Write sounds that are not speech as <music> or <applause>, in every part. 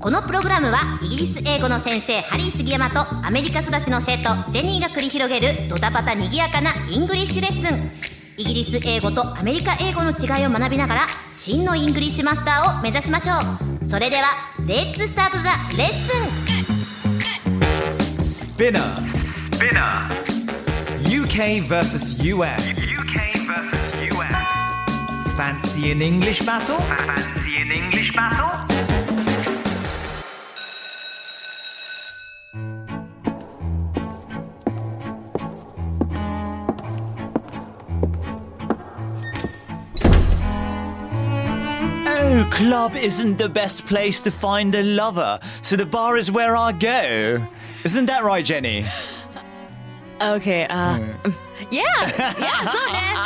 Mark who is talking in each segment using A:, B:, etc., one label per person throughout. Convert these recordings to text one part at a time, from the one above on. A: このプログラムはイギリス英語の先生ハリー杉山とアメリカ育ちの生徒ジェニーが繰り広げるドタパタにぎやかなイングリッシュレッスンイギリス英語とアメリカ英語の違いを学びながら真のイングリッシュマスターを目指しましょうそれではレッツスタートザレッスン
B: Spinner.
C: Spinner.
B: UK versus US.
C: UK versus US.
B: Fancy an English battle?
C: Fancy an English battle?
D: Oh, club isn't the best place to find a lover, so the bar is where I go. Isn't that right, Jenny?
E: <laughs> Okay, uh, <laughs> yeah, yeah, そうね、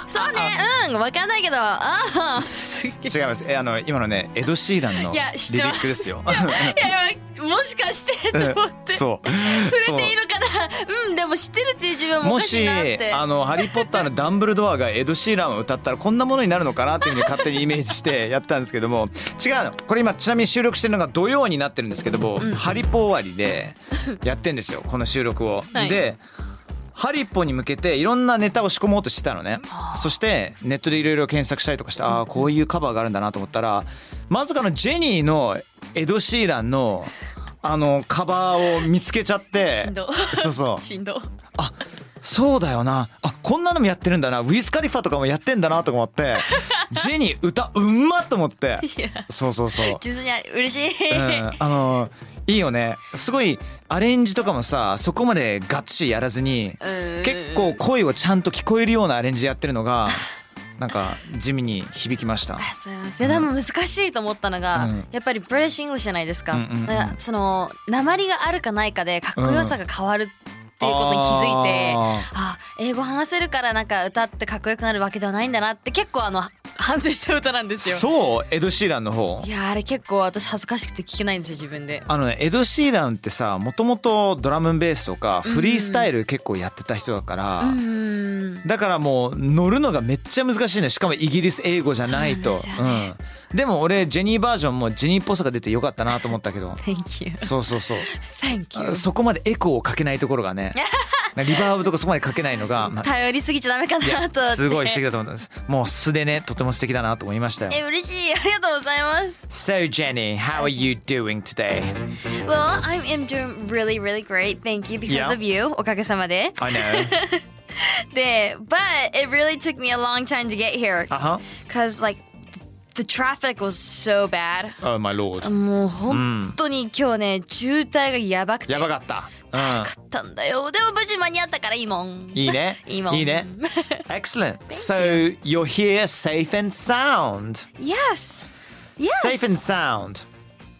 E: そうね、うん、わかんないけど、ああ、すげえ
B: <laughs> 違います。えあの今のねエドシーランのリ
E: い
B: リ
E: や知って
B: ッ
E: ま
B: ク
E: す
B: ですよ。
E: いやいや、もしかしてと思って、触
B: <laughs> そう。
E: れていいのかな、うん、でも知ってるっていう自分
B: そう
E: もお
B: も
E: かしい
B: し
E: なって。
B: あのハリーポッターのダンブルドアがエドシーランを歌ったらこんなものになるのかなっていうふうに勝手にイメージしてやったんですけども、違うの。これ今ちなみに収録してるのが土曜になってるんですけども、ハリポ終わりでやってんですよこの収録を。
E: はい
B: で。ハリポに向けていろんなネタを仕込もうとしてたのねそしてネットでいろいろ検索したりとかしてああこういうカバーがあるんだなと思ったらまさかのジェニーのエド・シーランのあのカバーを見つけちゃって
E: しんど
B: そうそう
E: しんど。
B: あそうだよなあこんなのもやってるんだなウィス・カリファとかもやってんだなとか思って
E: <laughs>
B: ジェニー歌うんまっと思ってそうそうそう
E: 純粋に嬉しい。
B: うんあのいいよねすごいアレンジとかもさそこまでガッチリやらずに
E: うん
B: 結構声をちゃんと聞こえるようなアレンジでやってるのがなんか地味に響きま
E: <laughs>
B: した
E: すいませんでも難しいと思ったのが、
B: うん
E: やっぱりブリッシュ・イングリッシュじゃないですか,、
B: うんうんうん
E: だからその鉛があるかないかでかっこよさが変わるっていうことに気づいて、
B: あ
E: あ英語話せるからなんか歌ってかっこよくなるわけではないんだなって結構あの反省した歌なんですよ
B: そうエド・シーランの方
E: いやーあれ結構私恥ずかしくて聞けないんですよ自分で
B: あのねエド・シーランってさもともとドラムンベースとかフリースタイル結構やってた人だから、
E: うーん
B: だからもう乗るのがめっちゃ難しいねしかもイギリス英語じゃないと
E: そうなんですよね
B: うんでも俺ジェニーバージョンもジェニーっぽさが出てよかったなと思ったけ
E: <laughs>
B: ど
E: Thank you
B: そうそうそう
E: Thank
B: あ
E: you
B: そこまでエコーをかけないところが
E: <laughs>
B: ねなんかリバーブとかそこまでかけないのが、まあ
E: 頼りすぎちゃダメか
B: いや
E: なと思って
B: すごい素敵だと思ったんですもう素でねとても素敵だなと思いましたよ
E: え嬉しいありがとうございます
B: So Jenny how are you doing today?
E: Well, I am doing really, really great. Thank you because
B: Yeah.
E: of you. おかげさまで。
B: I
E: <laughs>
B: know
E: で、but it really took me a long time to get here.
B: あは
E: Cause like the traffic was so bad.
B: Oh my lord
E: もう本当に今日ね、渋滞がやばくて。
B: やばか
E: か
B: った、うん
E: ったんだよ。でも無事間に合ったからいいもん。
B: いいね。
E: <laughs> いいもん。
B: ね。Excellent. So you're here safe and sound.
E: Yes! Yes!
B: Safe and sound.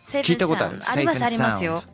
E: Safe and
B: 聞いたことある
E: sound あります
B: Safe
E: あ
B: and
E: りますよ
B: sound。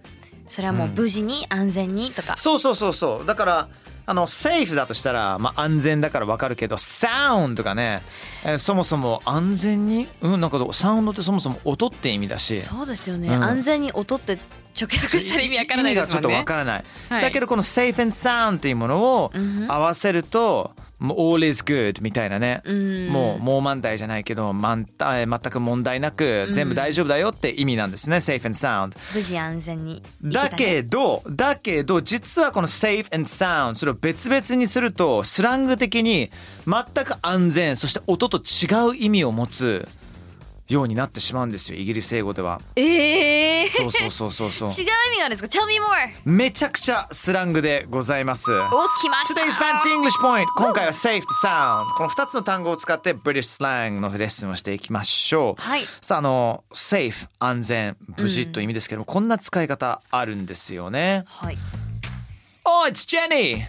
E: それはもう無事に安全にとか。
B: そうそうそうそう。だからあの safe だとしたらまあ安全だからわかるけど sound がね、えーそもそも安全にうんなんかサウンドってそもそも音って意味だし。
E: そうですよね。
B: うん
E: 安全に音って直訳したら意味わからないですも
B: 意味が
E: ん
B: ちょっと
E: ね
B: わ。からない、
E: はい
B: だけどこの safe and sound っていうものを合わせると、もう all is good みたいなね、もうもう満題じゃないけど満タえ全く問題なく全部大丈夫だよって意味なんですね、safe and sound
E: 無事安全に行
B: だ
E: たね
B: けどだけど実はこの safe and sound それを別々にするとスラング的に全く安全そして音と違う意味を持つようになってしまうんですよイギリス英語では
E: ええー、
B: そうそうそうそうそう
E: <laughs> 違う意味があるんですか Tell me more
B: めちゃくちゃスラングでございます。
E: お来ました
B: Today's Fancy English Point 今回は Safe to Sound この2つの単語を使って British Slang のレッスンをしていきましょう、
E: はい
B: さああの Safe 安全無事という意味ですけども、こんな使い方あるんですよね
E: はい
B: Oh it's Jenny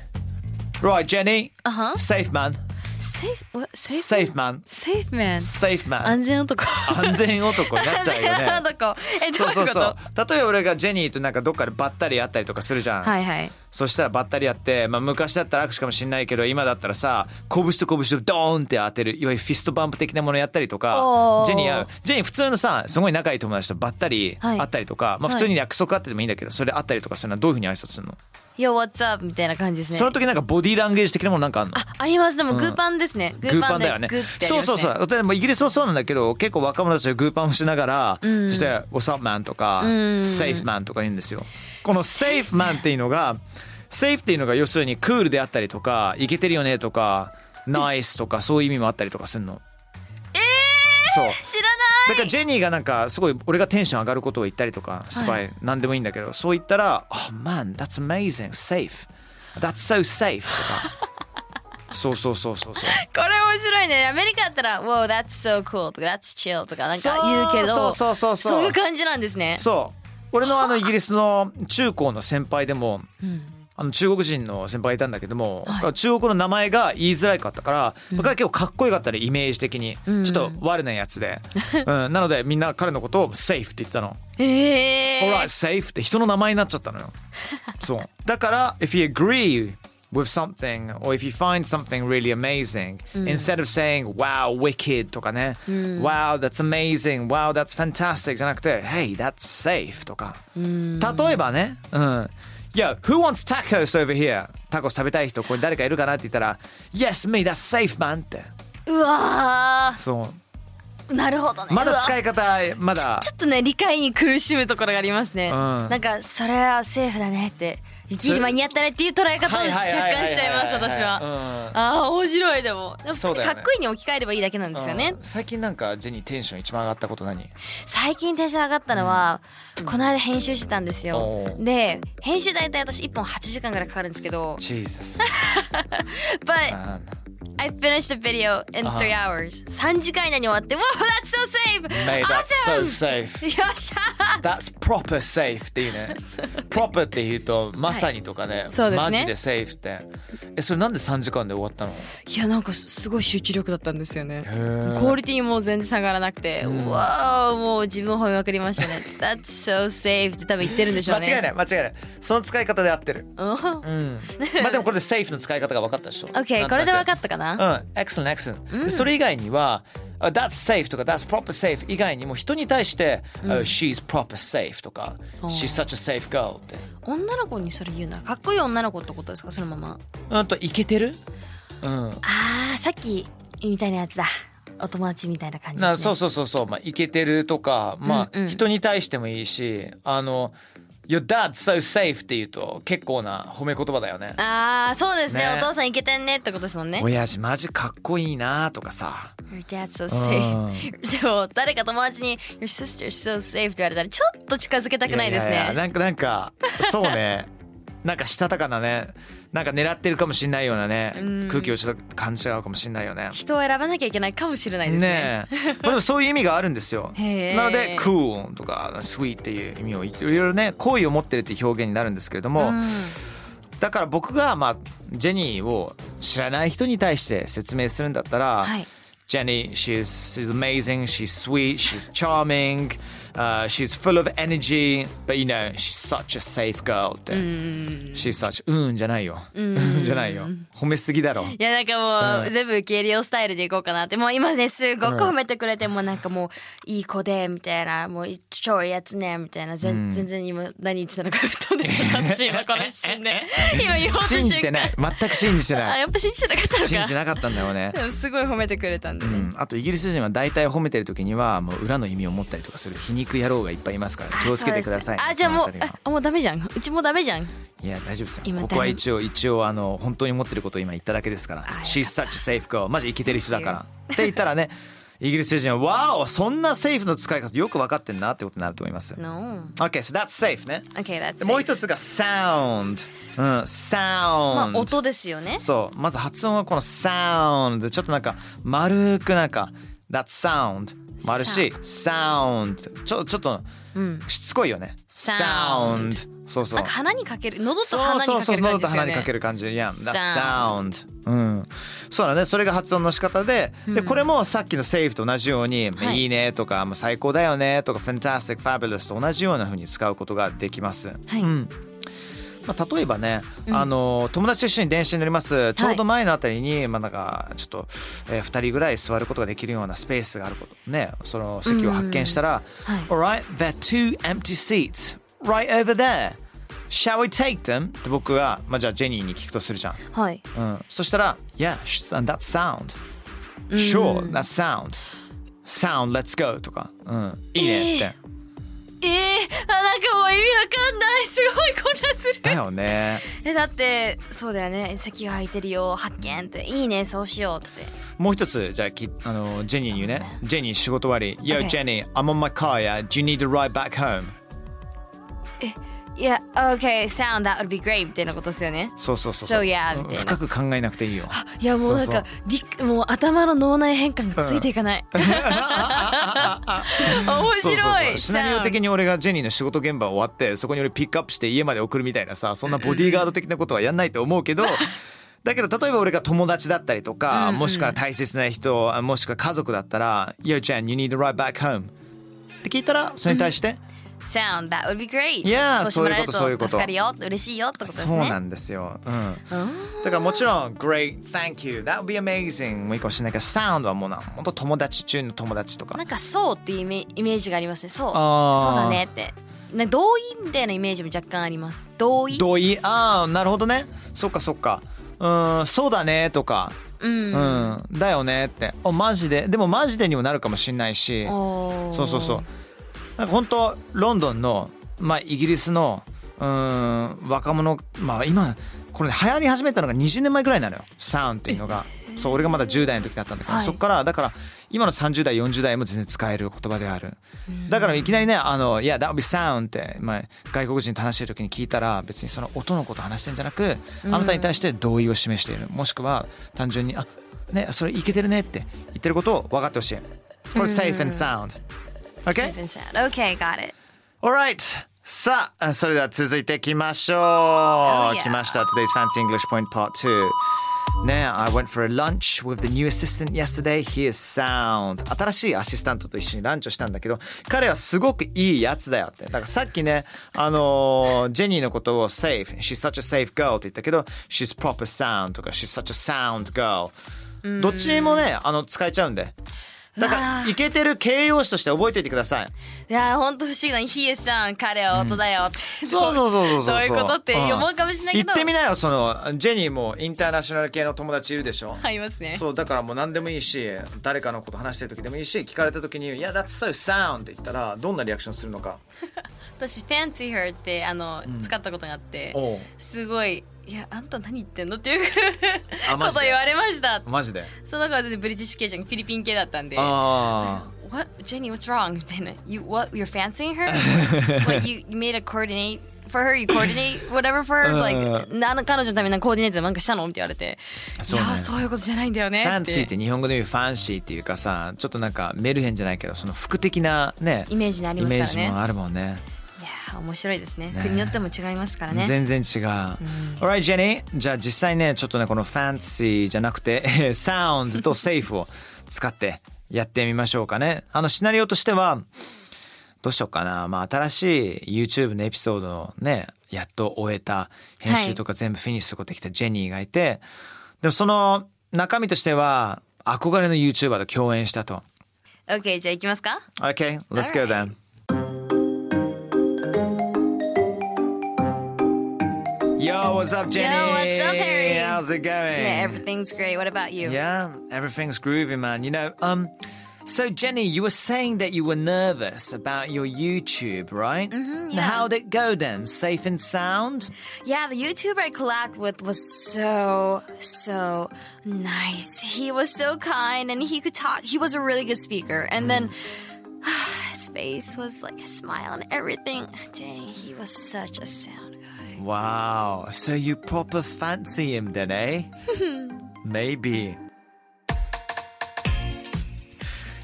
B: Right Jenny、
E: Uh-huh.
B: Safe man
E: Safe what safe
B: Safe man.
E: safe man
B: Safe man.
E: 安全男
B: 安全男になっちゃうよね。
E: <laughs> 安全男えど
B: そうう
E: いう
B: そう
E: こと
B: そう。例えば俺がジェニーとなんかどっかでばったり会ったりとかするじゃん。
E: はいはい
B: そしたらばったり会って、まあ、昔だったら握手かもしんないけど今だったらさ拳と拳をドーンって当てるいわゆるフィストバンプ的なものやったりと
E: お
B: か
E: ー
B: ジェニーはジェニー普通のさすごい仲いい友達とばったり
E: はい
B: 会ったりとか、まあ、
E: はい
B: 普通に約束あってでもいいんだけどそれで会ったりとかするのはどういうふうに挨拶するの、
E: Yo what's up みたいな感じですね
B: その時なんかボディーランゲージ的なものなんかあんの
E: あありますでも
B: ん
E: グーパンですね、
B: グーパンだよね
E: グーってやり
B: そ
E: ま
B: う
E: すね
B: そうそう例えばイギリスはそうなんだけど結構若者たちがグーパンをしながら、
E: ん
B: そして「What's up man」とか「
E: ん
B: Safe man」とか言うんですよこの「Safe man」っていうのが「Safe」っていうのが要するにクールであったりとか「イケてるよね」とか「ナイス」とかそういう意味もあったりとかするのそう
E: 知らない
B: だからジェニーがなんかすごい俺がテンション上がることを言ったりとかした場合何でもいいんだけど、そう言ったら「Oh man that's amazing safe that's so safe」とか
E: <laughs>
B: そうそうそうそうそう
E: これ面白いねアメリカだったら「Wow that's so cool」とか「That's chill」とかなんか言うけど
B: そうそうそうそう
E: そういう感じなんですね
B: そう俺のあのイギリスの中高の先輩でも、あの中国人の先輩がいたんだけども、中国の名前が言いづらいかったから、僕は結構かっこよかったりイメージ的に、ちょっと悪なやつで、うん、なのでみんな彼のことを「セーフ」って言ってたの「
E: え
B: Alright
E: ー、
B: safe」って人の名前になっちゃったの
E: <laughs>
B: よそうだから「if you agree with something or if you find something really amazing、instead of saying wow wicked」とかね、wow that's amazing wow that's fantastic」じゃなくて「hey that's safe」とか、例えばねうん「Yo, who wants tacos over here? タコス食べたい人、これ誰かいるかなって言ったら、Yes, me, that's safe, man って。
E: うわ
B: そ
E: ーなるほどね
B: う。ま
E: う
B: だ
E: わ
B: 使い方、まだ。
E: ちょっとね理解に苦しむところがありますね、
B: ん
E: なんかそれはセーフだねってギリ間に合ったねっていう捉え方を
B: はい
E: 若
B: はいはいはいはい
E: 干しちゃいます私は、
B: う
E: ああ面白いでもでも
B: そうだよね
E: かっこいいに置き換えればいいだけなんですよ
B: う
E: ね、
B: ん最近なんかジェニーテンション一番上がったこと
E: <laughs>
B: 何
E: 最近テンション上がったのは、この間編集してたんですよ
B: おー
E: で編集大体私1本8時間ぐらいかかるんですけど
B: ?Jesus.
E: But
B: man.
E: I finished the video in 3 hours 3時間以内に終わって Wow that's so safe!
B: Mate, that's so
E: Awesome!
B: safe.
E: よっしゃ
B: That's proper safe っていう <laughs> ね。proper って言うとまさにとかね。
E: そうですね
B: マジで safe って。え、それなんで3時間で終わったの
E: <laughs> いやなんかすすごい集中力だったんですよね
B: ー
E: クオリティも全然下がらなくて、うわあもう自分を褒めまくりましたね That's so safe って多分言ってるんでしょうね
B: 間違いないい間違いない。その使い方で合ってる。うん。 <laughs> まあでもこれで safe の使い方が分かったで <laughs> しょ。
E: OK これで分かったかな、
B: うん、excellent, excellent、でそれ以外には、あ That's safe とか That's proper safe 以外にも人に対して、あ She's proper safe とか、She's such a safe girl って。
E: 女の子にそれ言うなかっこいい女の子ってことですかそのまま
B: うんと、イケてるうん。
E: あーさっきみたいなやつだお友達みたいな感じです、
B: な
E: ね、
B: そうそうそうそう、まあ、イケてるとか、まあ、
E: うんうん
B: 人に対してもいいし、あの、Your dad's so safe って言うと結構な褒め言葉だよね。
E: ああそうですね
B: ね
E: お父さんイケてんねってことですもんね
B: 親父マジかっこいいなとかさ。
E: Your dad's so safe でも誰か友達に Your sister's so safe って言われたらちょっと近づけたくないですね
B: やややなんかなんかそうね。 <laughs> なんかしたたかなね。なんか狙ってるかもしれないようなね。空気をちょっと感じちゃうかもしれないよね。
E: 人を選ばなきゃいけないかもしれないですね
B: ねえ。まあでもそういう意味があるんですよ。
E: へえ
B: なので cool とか sweet っていう意味を言っていろいろね好意を持ってるっていう表現になるんですけれども。だから僕がまあジェニーを知らない人に対して説明するんだったら、
E: はい
B: Jenny, she's she's amazing, she's sweet, she's charming, uh, she's full of energy, but you know, she's such a safe girl って。she's such うーんじゃないよ。 <laughs> うーんじゃないよ。褒めすぎだろ。
E: <laughs> いやなんかもう全部受け入れようスタイルでいこうかなってもう今ねすごく褒めてくれてもうなんかもういい子でみたいなもう超いいやつねみたいな全,、全然今何言ってたのか吹っ飛んでっちゃった私
B: <laughs>
E: 今この一瞬で今言おうとした瞬
B: 信
E: 間
B: じてない。全く信じて
E: あ
B: ない。
E: やっぱ信じてなかったのか
B: 信じなかったんだよね。
E: でもすごい褒めてくれたんでね、
B: うんあとイギリス人は大体褒めてる時にはもう裏の意味を持ったりとかする皮肉野郎がいっぱいいますからね、
E: あ
B: 気をつけてくださいね、
E: そうですねあじゃあも
B: その辺
E: う
B: りは
E: あもうダメじゃんうちもダメじゃん
B: いや大丈夫ですよ
E: 今
B: ここは一応一応あの本当に思ってることを今言っただけですから「She's such a safe girl」マジイケてる人だからって言ったらねイギリス人は「わおそんなセーフの使い方よく分かってんな」ってことになると思います
E: No
B: OK so that's safe ね
E: Okay that's
B: で
E: it
B: もう一つが sound うん sound
E: まあ音ですよね
B: そうまず発音はこの sound ちょっとなんか丸くなんか that sound 丸し sound ちょちょっとしつこいよね
E: Sound
B: sound そうそう
E: なんか鼻にかける喉と
B: そう
E: 鼻に
B: そう
E: か
B: そ
E: け
B: う
E: る感
B: 喉と
E: じですよ
B: 鼻
E: ね
B: にかける感じ Yeah that
E: Sound
B: sound うんそうだねそれが発音の仕方ででこれもさっきの safe と同じように
E: はい
B: いいねとかまあ最高だよねとか fantastic fabulous と同じような風に使うことができます
F: はい
B: うんまあ、例えばね、あの友達と一緒に電車に乗りますちょうど前のあたりに、まあなんかちょっと、えー、2人ぐらい座ることができるようなスペースがあることねその席を発見したら「
F: はい
B: Alright there are two empty seats right over there shall we take them?」って僕が、まあ、じゃあジェニーに聞くとするじゃん、
E: はい
B: うん、そしたら「Yeah sh- and that sound sure that sound sound let's go」とか、うん「いいね」って、
E: えー、あなんかもう意味わかんないすごい混乱
B: <laughs>
E: する
B: だよね
E: えだってそうだよね席が空いてるよ発見っていいねそうしようって
B: もう一つじゃあきあのジェニーにねジェニー仕事終わり Yo、
E: Okay.
B: Jenny I'm on my car yeah do you need to ride back home
E: いや OK sound that would be great みたいなことですよね
B: そうそうそうそう
E: So yeah みたいな
B: 深く考えなくていいよ
E: いやもうなんかりもう頭の脳内変換がついてい
B: <laughs>
E: かない、 <laughs> 面白い
B: そうそうそうシナリオ
E: sound
B: 的に俺がジェニーの仕事現場終わってそこに俺ピックアップして家まで送るみたいなさそんなボディーガード的なことはやんないと思うけどだけど例えば俺が友達だったりとか、もしくは大切な人あもしくは家族だったら「Yo Jen you need to ride back home」って聞いたらそれに対して「
E: sound that would be great
B: Yeah
E: そうしてもらえると
B: そういうことそう
E: 助
B: いうこと
E: かるよ嬉しいよってことですね
B: そうなんですよ。うん。だからもちろん、Great, thank you, that would be amazing もう一個しないけど、Sound はもうな、本当友達中の友達とか
E: なん。かそうっていうイメイメージがありますねそうそう
B: あー
E: だねってね同意みたいなイメージも若干あります同意
B: 同意ああ、なるほどね。そっかそっか。うん、そうだねとか。
E: うん
B: うん、だよねって。お、マジで。でもマジでにもなるかもしんないし。
E: おー
B: そうそうそう。なんか本当ロンドンの、まあ、イギリスのうーん若者まあ今これね流行り始めたのが20年前ぐらいなのよサウンっていうのが。そう俺がまだ10代の時だったんだけど、
E: はい
B: そっからだから今の30代40代も全然使える言葉であるだからいきなりね「あのいや that'll be sound」って、まあ、外国人と話してる時に聞いたら別にその音のことを話してんじゃなくあなたに対して同意を示しているもしくは単純に「あねそれいけてるね」って言ってることを分かってほしいこれ safe and sound OK?
E: Seven sound OK got it
B: Alright! さあ、それでは続いていきましょう。
E: yeah.
B: 来ました。Today's Fancy English Point Part 2. ねえ I went for a lunch with the new assistant yesterday. He is sound. 新しいアシスタントと一緒にランチをしたんだけど、彼はすごくいいやつだよって。だからさっきね、あのージェニーのことを safe, she's such a safe girl って言ったけど、she's proper sound とか she's such a sound girl。どっちにもね、あの、使えちゃうんで。だから、いけてる形容詞として覚えておいてください。
E: いやーほんと不思議なヒエさん彼は音だよって、
B: そうそうそうそうそう。
E: どういうことって思うかもしれないけど
B: 言ってみなよ、その、ジェニーもインターナショナル系の友達いるでしょ。
E: <laughs> ありますね
B: そうだからもう何でもいいし誰かのこと話してる時でもいいし聞かれた時に「いや that's so sound」って言ったらどんなリアクションするのか
E: 私「fancy her」ってあの、使ったことがあって
B: おう
E: すごい「いやあんた何言ってんの?」っていう
B: あ
E: こ
B: マジ
E: と
B: で
E: 言われました
B: マジで
E: その子は全然ブリティッシュ系じゃんフィリピン系だったんで
B: あ
E: What Jenny, what's wrong? <laughs> みたいな。You what? You're fancying her?
B: <laughs>
E: what you you made a coordinate for her? You coordinate whatever for her? It's like なの彼女のためになんかコーディネートなんかしたのって言われて。
B: そうね
E: いやーそういうことじゃないんだよね
B: あ
E: っ
B: フ
E: て。
B: ァンシーって日本語で言うファンシーっていうかさちょっとなんかメルヘンじゃないけどその服的なね
E: イメージにありますからね
B: イメージもあるもんね
E: いやー面白いですね。国によっても違いますからね。
B: 全然違う。Alright, Jenny. じゃあ実際ね、ちょっとね、この fancy じゃなくて、 <laughs> えー sound と safe を使ってやってみましょうかね。あの、シナリオとしては、どうしようかな。まあ、新しい YouTube のエピソードのね、やっと終えた編集とか全部フィニッシュすることができたジェニーがいて、でもその中身としては、憧れの YouTuber と共演したと。
E: OK じゃあ行きますか。
B: Okay, let's go then. Yo, what's up, Jenny?
E: what's up, Harry?
B: How's it going?
E: Yeah, everything's great. What about you?
B: Yeah, everything's groovy, man. You know, um, so Jenny, you were saying that you were nervous about your YouTube, right? Mm-hmm,
E: yeah.
B: How'd it go then? Safe and sound?
E: Yeah, the YouTuber I collabed with was so, so nice. He was so kind and he could talk. He was a really good speaker. And then <sighs> his face was like a smile and everything. Dang, he was such a sound guy.
B: Wow, so you proper fancy him then,
E: <laughs>
B: eh? Maybe.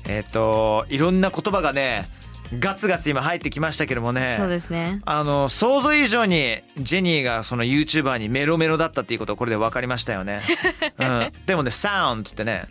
B: えっといろんな言葉がねガツガツ今入ってきましたけどもね
E: そうですね
B: あの想像以上にジェニーがその YouTuber にメロメロだったっていうことをこれで分かりましたよ
E: <laughs>
B: ね、うん、でもね「サウンド」ってね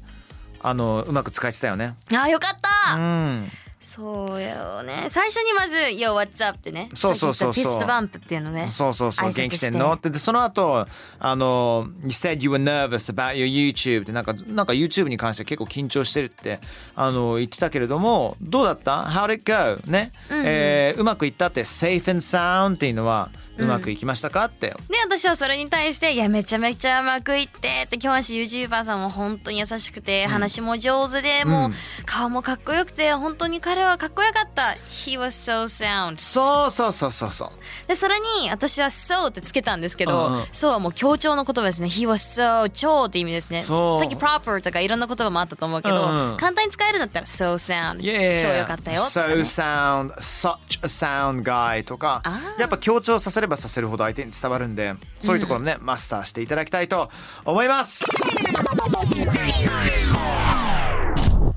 B: あのうまく使えてたよね
E: あーよかった、
B: うん
E: そうよね最初にまず「Yo what's up」ってね
B: そうそうそうそう
E: さっき言ったピストバンプっていうのね
B: そうそうそう
E: 挨拶
B: 元気してんのってでその後あの「You said you were nervous about your YouTube」ってなんかなんか YouTube に関して結構緊張してるってあの言ってたけれどもどうだった ?How did it go? ね、うえーうまくいったって「safe and sound」っていうのはうまくいきましたかって
E: で私はそれに対して「いやめちゃめちゃうまくいって」って教師 YouTuber さんも本当に優しくて話も上手で、もう顔もかっこよくて本当に彼はかっこよかった「He was so sound
B: そうそうそうそうそう」
E: でそれに私は「so」ってつけたんですけど「
B: うんうん
E: so」はもう強調の言葉ですね「He was so」「超」って意味ですね
B: そう
E: さっき「proper」とかいろんな言葉もあったと思うけど、
B: うんうん
E: 簡単に使えるんだったら「so sound」
B: Yeah.
E: 超よかったよとか
B: So
E: ね
B: sound, such a sound guy とか
E: あ、ー
B: やっぱ強調させればさせるほど相手に伝わるんで、そういうところね、マスターしていただきたいと思います。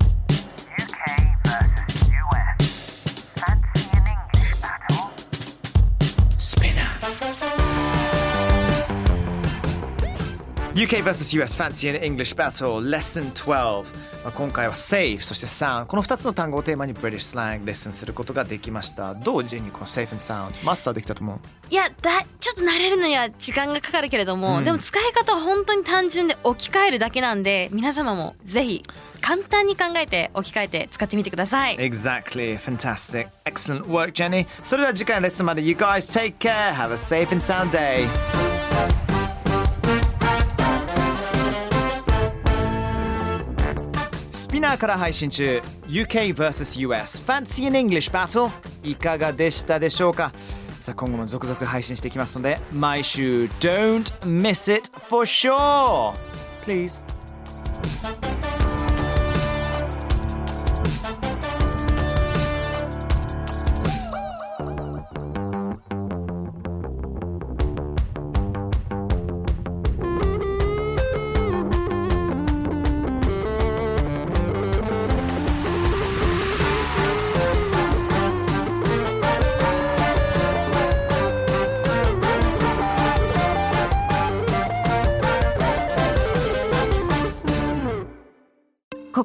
C: UK versus US. Fancy an English battle?
B: スピナー。UK vs US Fancy and English Battle Lesson 12、まあ、今回は Safe そして Sound この2つの単語をテーマに British Slang レッスンすることができましたどうジェニーこの Safe and Sound マスターできたと思う
E: いやだちょっと慣れるのには時間がかかるけれども、でも使い方は本当に単純で置き換えるだけなんで皆様もぜひ簡単に考えて置き換えて使ってみてください。
B: Exactly. Fantastic. Excellent work, Jenny. それでは次回のレッスンまで You guys take care. Have a safe and sound day. Spinner から配信中 UK vs.US Fancy in English Battle いかがでしたでしょうかさあ今後も続々配信していきますので毎週 Don't miss it for sure! Please!
F: Spotify こ